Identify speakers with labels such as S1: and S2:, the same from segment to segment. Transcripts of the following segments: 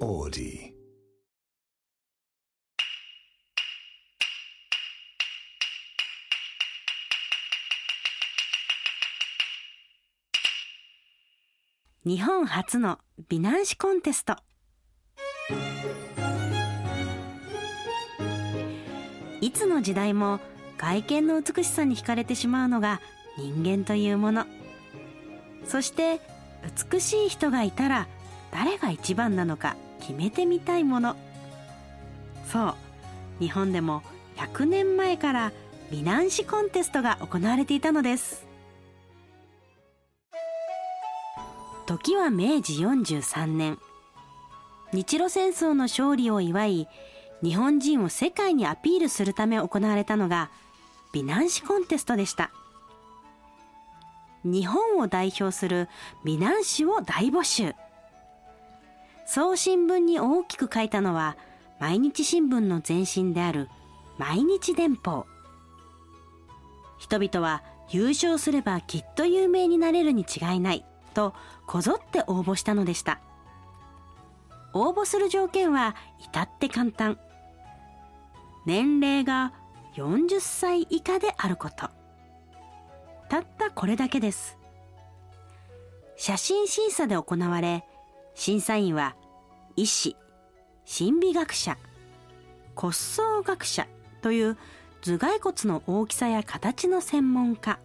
S1: Audi.
S2: 日本初の美男子コンテストいつの時代も外見の美しさに惹かれてしまうのが人間というものそして美しい人がいたら誰が一番なのか決めてみたいものそう日本でも100年前から美男子コンテストが行われていたのです時は明治43年日露戦争の勝利を祝い日本人を世界にアピールするため行われたのが美男子コンテストでした日本を代表する美男子を大募集そう新聞に大きく書いたのは毎日新聞の前身である毎日電報人々は優勝すればきっと有名になれるに違いないとこぞって応募したのでした応募する条件は至って簡単年齢が40歳以下であることたったこれだけです写真審査で行われ審査員は医師心理学者骨葬学者という頭蓋骨の大きさや形の専門家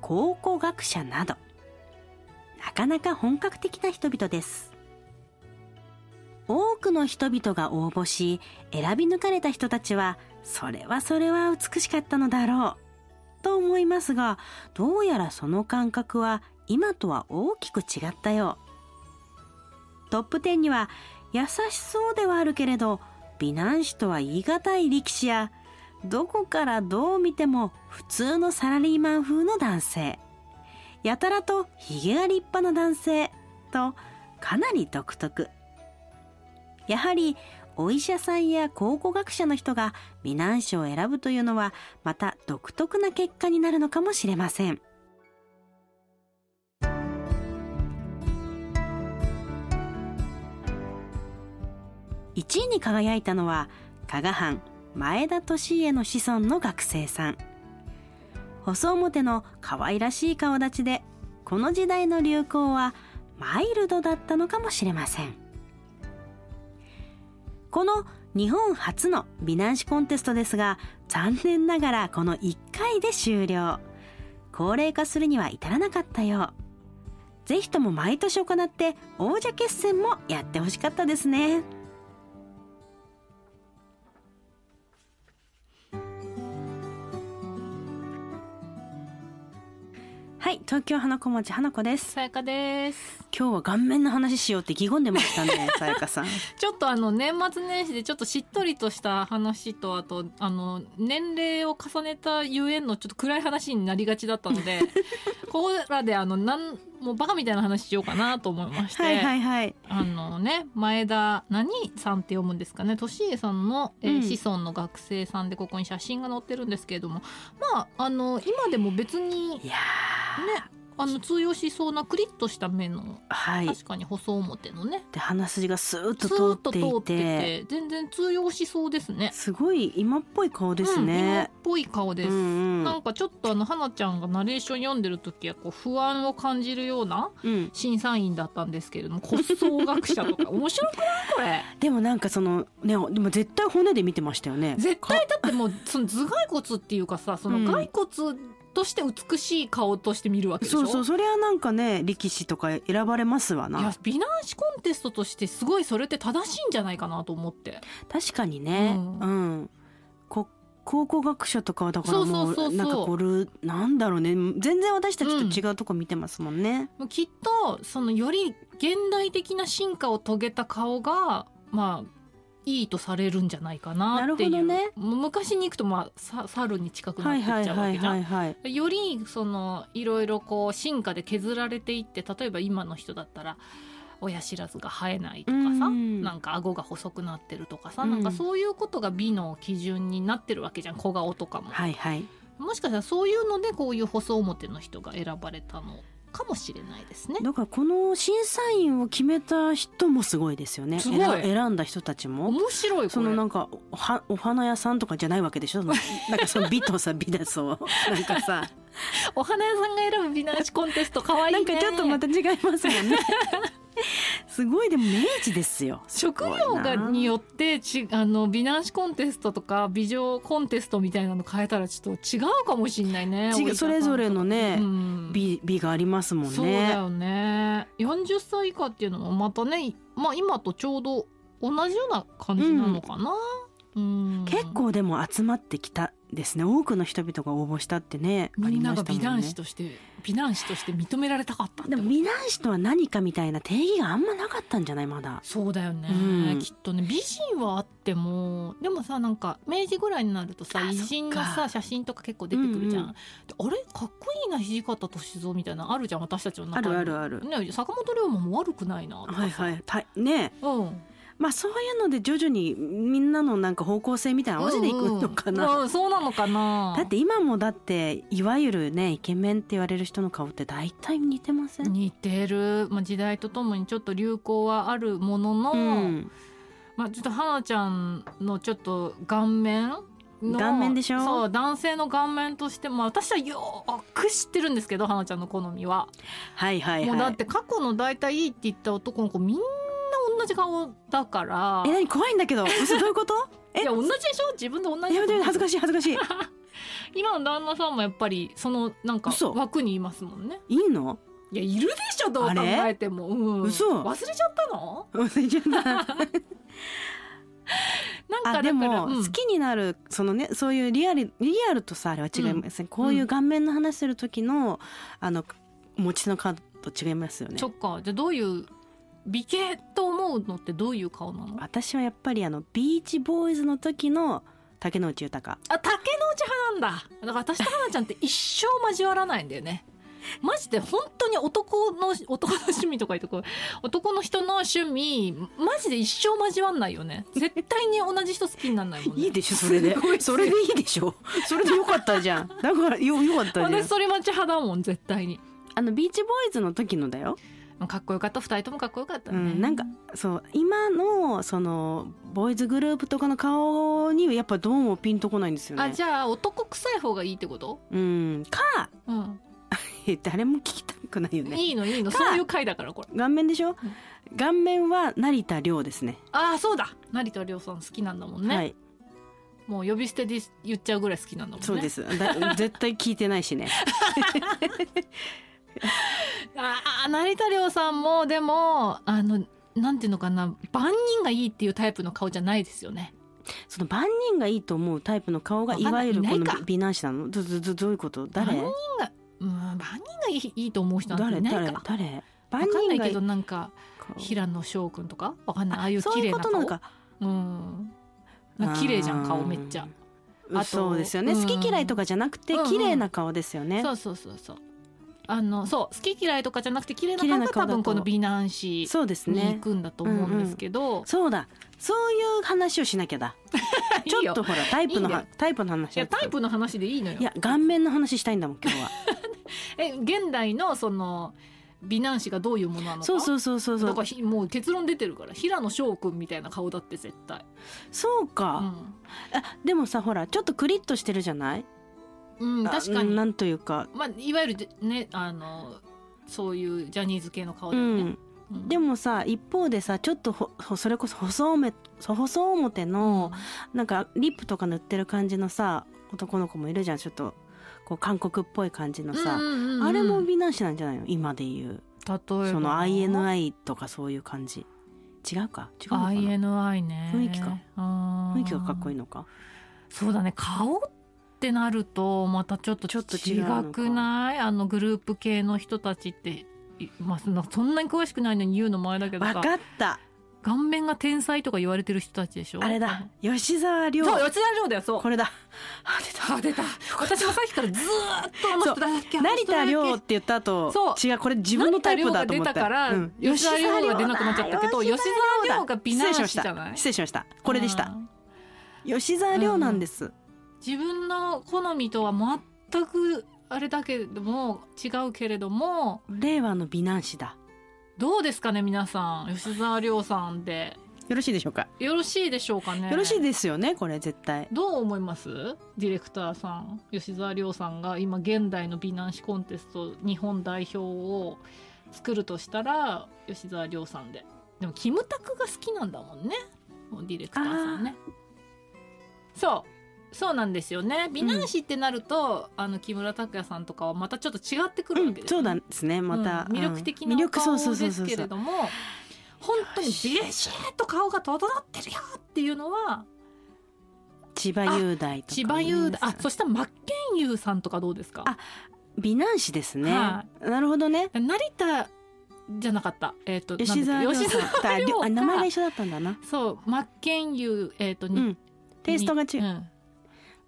S2: 考古学者などなかなか本格的な人々です多くの人々が応募し選び抜かれた人たちはそれはそれは美しかったのだろうと思いますがどうやらその感覚は今とは大きく違ったようトップ10には優しそうではあるけれど美男子とは言い難い力士やどこからどう見ても普通のサラリーマン風の男性やたらとひげが立派な男性とかなり独特やはりお医者さんや考古学者の人が美男子を選ぶというのはまた独特な結果になるのかもしれません1位に輝いたのは加賀藩前田利家の子孫の学生さん細表の可愛らしい顔立ちでこの時代の流行はマイルドだったのかもしれませんこの日本初の美男子コンテストですが残念ながらこの1回で終了高齢化するには至らなかったようぜひとも毎年行って王者決戦もやってほしかったですねはい東京花子町花子です
S3: さやかです
S2: 今日は顔面の話しようってぎこんでました ねさやかさん
S3: ちょっとあの年末年始でちょっとしっとりとした話とあとあの年齢を重ねたゆえんのちょっと暗い話になりがちだった のでここらであのなんもうバカみたいな話しようかなと思いまして
S2: はいはいはい
S3: あのね前田何さんって読むんですかね利家さんの、えー
S2: うん
S3: 子孫の学生さんでここに写真が載ってるんですけれどもまああの今でも別にね
S2: いや
S3: あの通用しそうなクリッとした目の
S2: ーはい
S3: 確かに細表のね
S2: で鼻筋がスーッ
S3: ス
S2: と
S3: ーッ
S2: 通っ
S3: と
S2: て
S3: 通
S2: い
S3: っててて全然通用しそうですね。
S2: すごい今っぽい顔です
S3: うん、今っ
S2: ね、
S3: ぽい顔
S2: う
S3: で
S2: ん
S3: す。
S2: うん
S3: なんかちょっとあの花ちゃんがナレーション読んでる時はこう不安を感じるような
S2: うん
S3: 審査員だったんです けれども骨葬学者とか面白くないこれ
S2: でもなんかそのねでも絶対骨で見てましたよね
S3: 絶対だってもうその頭蓋骨っていうかさその
S2: うん
S3: 骸骨として美しい顔として見るわけでしょ、
S2: そうそうそれはなんかね力士とか選ばれますわ
S3: いや
S2: な
S3: 美男子コンテストとしてすごいそれって正しいんじゃないかなと思って
S2: 確かにねう、
S3: うん
S2: こ考古学者とかはだからも
S3: そううそうそうそう
S2: なんかこれなんだろうね全然私たちと違うとこ見てますもんね、
S3: もうきっとそのより現代的な進化を遂げた顔がまあいいとされるんじゃないかなってい
S2: なるほ
S3: う
S2: どね
S3: もう昔に行くとまあさ猿に近くな
S2: は
S3: っ
S2: い
S3: て
S2: は
S3: っ
S2: い
S3: ちゃうわ
S2: はい
S3: けじゃ
S2: は
S3: ん
S2: い。はい
S3: よりそのいろいろこう進化で削られていって例えば今の人だったら親知らずが生えないとかさ、
S2: うん
S3: なんか顎が細くなってるとかさ、
S2: うん
S3: なんかそういうことが美の基準になってるわけじゃん小顔とかも、
S2: はいはい
S3: もしかしたらそういうのでこういう細表の人が選ばれたのかもしれないですね。
S2: だからこの審査員を決めた人もすごいですよね
S3: すごい
S2: 選選んだ人たちも
S3: 面白いこれ
S2: そのなんかおはお花屋さんとかじゃないわけで しょそのなんかその美とさ美だそうなんかさ
S3: お花屋さんが選ぶ美男子コンテスト可愛い
S2: な
S3: ね
S2: んかちょっとまた違いますもんねすごいでも明治ですよ
S3: 職業がによってちあの美男子コンテストとか美女コンテストみたいなの変えたらちょっと違うかもしれない
S2: 違
S3: ね
S2: う
S3: お医者さんと
S2: それぞれのね
S3: うん
S2: 美美がありますもんね
S3: そうだよね40歳以下っていうのもまたね、まあ、今とちょうど同じような感じなのかな、うん
S2: 結構でも集まってきたですね多くの人々が応募したってねあ
S3: み
S2: り
S3: んな
S2: まし
S3: が
S2: た
S3: 美
S2: もん
S3: 男
S2: ね
S3: 子として美男子として認められたかったって
S2: でも美男子とは何かみたいな定義があんまなかったんじゃないまだ
S3: そうだよね、
S2: うん
S3: きっとね美人はあってもでもさなんか明治ぐらいになるとさ
S2: あ
S3: 偉人の
S2: そっ
S3: さ
S2: か
S3: 写真とか結構出てくるじゃん、
S2: うんうん
S3: であれかっこいいな土方歳三みたいなのあるじゃん私たちの中
S2: あ
S3: に
S2: るあるある
S3: ね、坂本龍馬も悪くないなとかさ
S2: はいはいたね
S3: うん
S2: まあそういうので徐々にみんなのなんか方向性みたいなの合わせていくのかな、
S3: うんうんうんそうなのかな
S2: だって今もだっていわゆるねイケメンって言われる人の顔って大体似てません、
S3: 似てる、まあ、時代とともにちょっと流行はあるものの、
S2: うん、
S3: まあ、ちょっと花ちゃんのちょっと顔面の
S2: 顔面でしょ
S3: そう男性の顔面としても私はよーく知ってるんですけど花ちゃんの好みは、
S2: はいはいはい
S3: もうだって過去の大体いいって言った男の子みんな同じ顔だから
S2: え何怖いんだ けど嘘どういうことえ
S3: いや同じでしょ自分で同じだと
S2: やめ
S3: 思う
S2: てやめて恥ずかしい恥ずかしい
S3: 今の旦那さんもやっぱりそのなんか
S2: 嘘
S3: 枠にいますもんね
S2: いい の
S3: いやいるでしょどう考えても、うん、
S2: 嘘
S3: 忘れちゃったの
S2: 忘れちゃった
S3: なんかだか
S2: あ
S3: ら
S2: でも、
S3: うん
S2: 好きになるそのねそういうリアルリアルとさあれは違いますね、こういう顔面の話する時のあの持ちのカードと違いますよね
S3: そっかじゃあどういう美形と思うのってどういう顔なの
S2: 私はやっぱりあのビーチボーイズの時の竹野内豊
S3: あ竹野内派なんだだから私と花ちゃんって一生交わらないんだよねマジで本当に男の男の趣味とかいうとこ男の人の趣味マジで一生交わんないよね絶対に同じ人好きにならないもんね
S2: いいでしょそれです
S3: ごい
S2: それでいいでしょそれでよかったじゃんだからよよかったじゃん
S3: 私それ待ち派だもん絶対に
S2: あのビーチボーイズの時のだよ、
S3: かっこよかった二人ともかっこよかった
S2: う
S3: ね、
S2: ん、なんかそう今のそのボーイズグループとかの顔にやっぱどうもピンとこないんですよね
S3: あじゃあ男臭い方がいいってこと
S2: うんか
S3: うん
S2: 誰も聞きたくないよね
S3: いいのいいの
S2: か
S3: そういう回だからこれ
S2: 顔面でしょ、顔面は成田凌ですね
S3: ああそうだ成田凌さん好きなんだもんね、
S2: はい
S3: もう呼び捨てで言っちゃうぐらい好きなんだもんね
S2: そうですすだ 絶対聞いてないしね
S3: ああ成田凌さんもでもあのなんていうのかな万人がいいっていうタイプの顔じゃないですよね
S2: その万人がいいと思うタイプの顔が
S3: わ
S2: い
S3: かんな
S2: わ
S3: い
S2: ゆるこ
S3: い
S2: の
S3: ないか
S2: 美男子なのどどどどういうこと誰
S3: 万うん万人がいいいいと思う人なん
S2: 誰
S3: ていないか
S2: 誰誰
S3: わ
S2: 万
S3: かんな
S2: 人
S3: い
S2: が
S3: け
S2: いい
S3: どなんか
S2: 顔
S3: 平野翔くんとかわかんないああいう
S2: そう
S3: 綺
S2: い
S3: 麗
S2: う
S3: な
S2: こと
S3: 顔
S2: なのか
S3: うんなんか綺麗じゃん顔めっちゃあと
S2: そうですよね
S3: うん
S2: 好き嫌いとかじゃなくて
S3: うんうん
S2: 綺麗な顔ですよね
S3: そうそうそうそうあのそう好き嫌いとかじゃなくて綺麗な
S2: 綺麗
S3: 顔
S2: な
S3: が
S2: 顔
S3: 多
S2: だと
S3: 分この美男子
S2: そうです
S3: に行
S2: ね
S3: くんだと思うんですけど、
S2: そうだそういう話をしなきゃだち
S3: いい
S2: ょ
S3: よ
S2: っとほらタイプのはい
S3: いん
S2: タイプの話
S3: いやタイプの話でいいのよ
S2: いや顔面の話したいんだもん今日 は
S3: え現代のその美男子がどういうものなのか
S2: そうそうそうそうそ
S3: だ
S2: う
S3: からひもう結論出てるから平野翔くんみたいな顔だって絶対
S2: そう
S3: う
S2: か、
S3: ん、
S2: あでもさほらちょっとクリッとしてるじゃない、
S3: うん、
S2: あ
S3: 確かに
S2: なんというか、
S3: まあ、いわゆるじねあのそういうジャニーズ系の顔
S2: う
S3: だよね、
S2: ん、で
S3: も
S2: もさ一方でさちょっとほほそれこそ細め細表のなんかリップとか塗ってる感じのさ男の子もいるじゃんちょっとこう韓国っぽい感じのさ、あれも
S3: 例
S2: 美男子なんじゃないの今で言う
S3: えば
S2: その INI とかそういう感じ違うか違うのかな
S3: INI ね
S2: 雰囲気か雰
S3: 雰
S2: 囲気がかっこいいのか
S3: そうだね顔ってなるとまたちょっと
S2: ちょっと違
S3: 違
S2: うのか
S3: くないあのグループ系の人たちって、いまあ、そんなそんなに詳しくないのに言うのもあれだけど
S2: わ
S3: さ
S2: かった
S3: 顔面が天才とか言われてる人たちでしょ
S2: あれだ吉沢亮
S3: そう吉田亮だよそう
S2: これだあ出た
S3: あ出た私もさっきからずーっと思ってただけ
S2: 成田凌って言った後
S3: そう
S2: 違うこれ自分のタイプだと思った
S3: 成田凌が出たから
S2: うん
S3: 吉沢亮が出なくなっちゃったけど
S2: 吉沢
S3: 吉沢亮が美男子じゃない
S2: 失礼しましたこれでした
S3: うん
S2: 吉沢亮なんです
S3: 自分の好みとは全くあれだけども違うけれども
S2: 令和の美男子だ
S3: どうですかね皆さん吉沢亮さんで
S2: よろしいでしょうか、
S3: よろしいでしょうかね
S2: よろしいですよねこれ絶対
S3: どう思いますディレクターさん吉沢亮さんが今現代の美男子コンテスト日本代表を作るとしたら吉沢亮さんででもキムタクが好きなんだもんねもうディレクターさんねそうそうなんですよね美男子ってなると、あの木村拓哉さんとかはまたちょっと違ってくる
S2: う
S3: わ
S2: ん
S3: けです
S2: そ
S3: よ
S2: う
S3: ね
S2: なんですねまた、
S3: うん魅力的
S2: う
S3: なんお
S2: 魅力
S3: 顔
S2: そうそうそう
S3: で
S2: そ
S3: す
S2: う
S3: けれども本当にビシッと顔が整ってるよっていうのは
S2: 千葉雄大とかね
S3: 千葉雄大あそしたら真剣佑さんとかどうですか
S2: あ美男子ですね、
S3: は
S2: なるほどね
S3: 成田じゃなかったえっ、と
S2: 吉沢
S3: な
S2: 亮
S3: んだ
S2: さ
S3: っ
S2: ん
S3: け吉沢
S2: だりょあ名前が
S3: が
S2: 一緒だったんだな
S3: そう真剣佑えっ、と、
S2: う
S3: に
S2: んテイストが違う、
S3: ん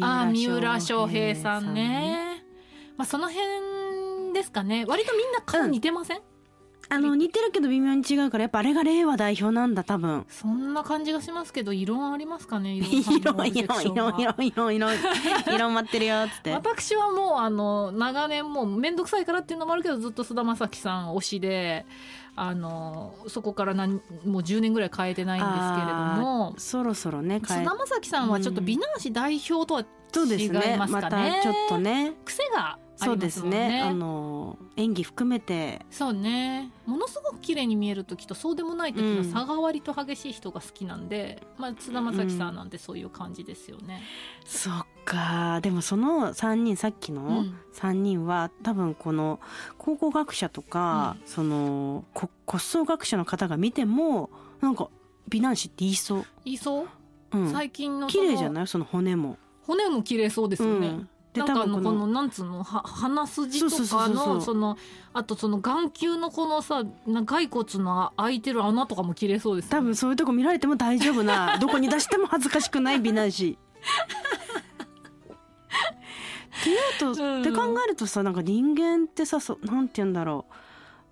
S3: あー三浦翔平さんねまあその辺ですかね割とみんな顔似てません、
S2: あの似てるけど微妙に違うからやっぱあれが令和代表なんだ多分
S3: そんな感じがしますけど異論ありますかね 異
S2: い ろいろいろいろ
S3: 論
S2: いろいろいろ待ってるよっつっ て
S3: 私はもうあの長年もう面倒くさいからっていうのもあるけどずっと菅田将暉さん推しであのそこから何もう10年ぐらい変えてないんですけれども
S2: そろそろね変え
S3: 菅田将暉さんはちょっと美男子代表とは
S2: そうです
S3: 違
S2: ね
S3: います
S2: ま
S3: かね
S2: たちょっとね
S3: 癖があ
S2: そう
S3: り
S2: で
S3: ま
S2: す
S3: すもんね。
S2: ねあの演技含めて
S3: そうねものすごく綺麗に見える時とそうでもない時の差が割と激しい人が好きなんで、まあ菅田将暉さんなんてそういう感じですよね。
S2: そっかでもその3人さっき
S3: うん
S2: の3人は多分この考古学者とか、そのこ骨葬学者の方が見てもなんか美男子って言いそう、
S3: いそう、
S2: うん、
S3: 最近のそ
S2: 綺
S3: の
S2: 麗じゃないその骨も。
S3: 骨も綺麗そうですよね。
S2: うん、で
S3: な
S2: 多
S3: んかあ
S2: 分
S3: の
S2: こ
S3: この
S2: の
S3: なんつうのは鼻筋と
S2: そうそう
S3: か
S2: そうそうそう
S3: のそのあとその眼球のこのさな骸骨の開いてる穴とかも綺麗そうですよね
S2: 多分そういうとこ見られても大丈夫 などこに出しても恥ずかしくない美男子。っていうと、
S3: うん
S2: って考えるとさなんか人間ってさそなんて言うんだろ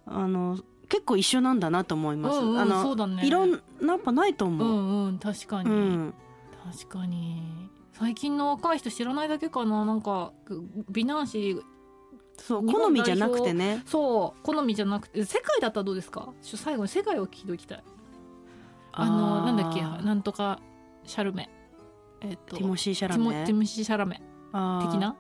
S2: うあの結構一緒なんだなと思います。
S3: うんうん
S2: あの
S3: そうだね
S2: いろんなやっぱないと
S3: う
S2: 思う。
S3: んうん確かに、
S2: うん
S3: 確かに最近の若い人知らないだけかななんか美男子
S2: そう
S3: 日本
S2: 好みじゃなくてね
S3: そう好みじゃなくて世界だったらどうですかちょ最後に世界を聞いておきたいあのなんだっけなんとかシャルメえっ、と
S2: ティモシー・シャラ
S3: ティモティ
S2: メ
S3: モシーシャラメ
S2: あー
S3: 的な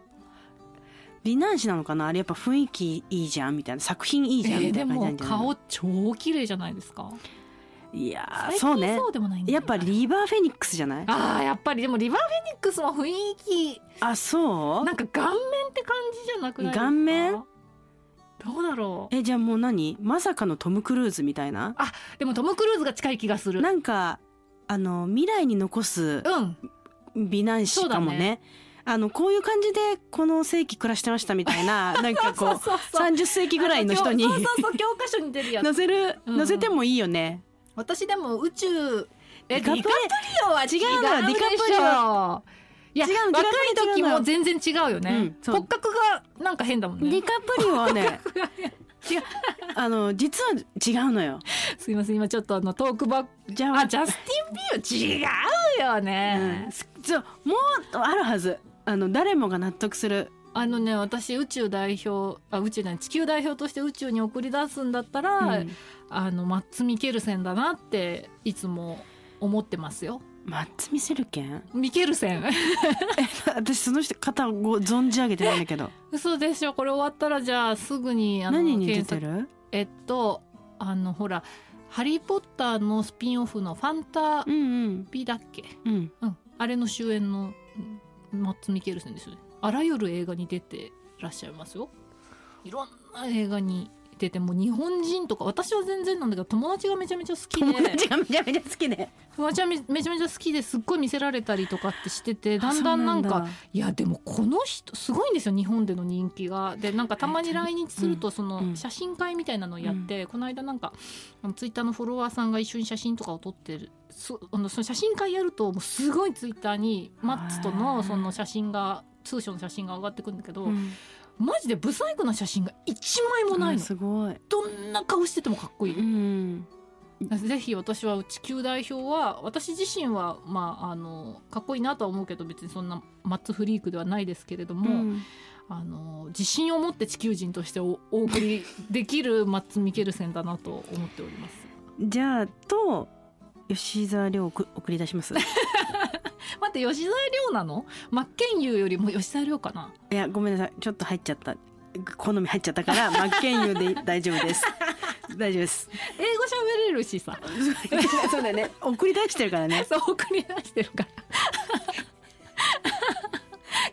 S2: 美男子なのかなあれやっぱ雰囲気いいじゃんみたいな作品いいじゃん
S3: え
S2: み
S3: ー
S2: たい
S3: で
S2: な感じな
S3: も
S2: んじゃない
S3: 顔超綺麗じゃないですか
S2: いやー
S3: 最
S2: そう
S3: 近
S2: ね
S3: そうでもないんだよ
S2: やっぱリバーフェニックスじゃない
S3: ああやっぱりでもリバーフェニックスも雰囲気
S2: あそう
S3: なんか顔面って感じじゃなくないですか
S2: 顔面
S3: どうだろう
S2: えじゃあもう何まさかのトム・クルーズみたいな
S3: でもトム・クルーズが近い気がする
S2: なんかあの未来に残す
S3: うん
S2: 美男子かもね
S3: そうだね
S2: あのこういう感じでこの世紀暮らしてましたみたい ななんか
S3: そう
S2: こ
S3: そう
S2: う
S3: そう
S2: 30世紀ぐらいの人に
S3: そうそうそう教科書に出るやつ
S2: 載せる
S3: うん
S2: 載せてもいいよね、
S3: 私でも宇宙
S2: デ
S3: え
S2: ィカプリ
S3: オは違う
S2: 違う
S3: な
S2: の
S3: デ
S2: デ
S3: ィカプ
S2: ィカプリ
S3: リ
S2: オ
S3: オいや
S2: 違うの
S3: 若い
S2: 違う
S3: 時
S2: の違うの
S3: も全然違うよね、
S2: うんそう
S3: 骨格がなんか変だもん
S2: ディ
S3: ね
S2: カプリオは ね
S3: 違う
S2: あの実は違うのよ
S3: すいません今ちょっとあのトークバック
S2: じゃあ
S3: あジャスティン・ビーオ違うよね、
S2: うんすそうもうあるはずあの誰もが納得する
S3: あのね私宇宙代表あ宇宙じゃない地球代表として宇宙に送り出すんだったら、
S2: うん
S3: あのマッツ・ミケルセンだなっていつも思ってますよ
S2: マッツ・ミセルケン
S3: ミケルセ ン
S2: 私その人肩をご存じ上げてないんだけど
S3: 嘘でしょこれ終わったらじゃあすぐに あの
S2: 何に出
S3: 検
S2: て
S3: 索
S2: る
S3: えっとあのほら「ハリー・ポッター」のスピンオフの「ファンタ
S2: うんうん
S3: ビー」だっけ、
S2: うん
S3: うん、あれの主演のうんマッツ・ミケルセンですよねあらゆる映画に出てらっしゃいますよいろんな映画に出てもう日本人とか私は全然なんだけど友達がめちゃめちゃ好きで
S2: 友達がめちゃめちゃ好きで
S3: 友達がめめちゃめちゃ好きですっごい見せられたりとかってしててだんだんなんかいやでもこの人すごいんですよ日本での人気が。でなんかたまに来日する
S2: う
S3: とそ
S2: うん
S3: の写真会みたいなのをやって、この間なんかあのツイッターのフォロワーさんが一緒に写真とかを撮ってるそあのその写真会やるともうすごいツイッターにマッツと
S2: へー
S3: のその写真が通称の写真が上がってくるんだけど、
S2: うん
S3: マジでブサイクな写真が一枚もない
S2: あ
S3: の、
S2: すごい
S3: どんな顔しててもかっこいい。
S2: うん
S3: ぜひ私は地球代表は私自身は、まあ、あのかっこいいなとは思うけど別にそんなマッツフリークではないですけれども、
S2: うん
S3: あの自信を持って地球人としておお送りできるマッツ・ミケルセンだなと思っております。
S2: じゃあと吉沢亮を送送り出し ますい
S3: 待って吉沢亮なの真剣佑よりも吉沢亮かな
S2: やごめんなさいちょっと入っちゃった好み入っちゃったから真剣佑で大丈夫 です大丈夫です
S3: 英語喋れるしさ
S2: そうだよね送り出してるからね
S3: そう送り出してるから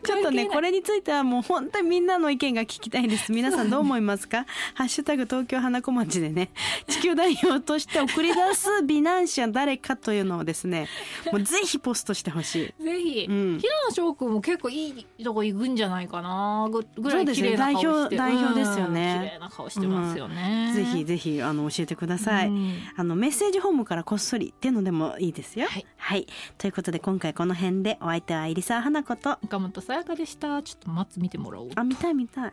S2: ちょっと
S3: 関係な
S2: ね
S3: い
S2: これについてはもう本当にみんなの意見が聞きたい です皆さんどう思いますか「ハッシュタグ東京花子町」でね地球代表として送り出す美男子は誰かというのをです ねもうぜひポストしてほし
S3: ぜひ、
S2: い、うん、
S3: 平野翔くんも結構いいとこ行くんじゃないかなぐぐら
S2: そう
S3: い
S2: です
S3: 綺
S2: ね
S3: 麗な顔し
S2: 代表
S3: て、
S2: 代表ですよね
S3: うん綺麗な顔してますよね、
S2: ぜひぜひあの教えてください、
S3: うん
S2: あのメッセージホームからこっそりっていうのでもいいですよ
S3: はい、
S2: ということで今回この辺でお相手は入澤花子と
S3: 岡本さやかでしたちょっと松見てもらおう
S2: あ見たい見たい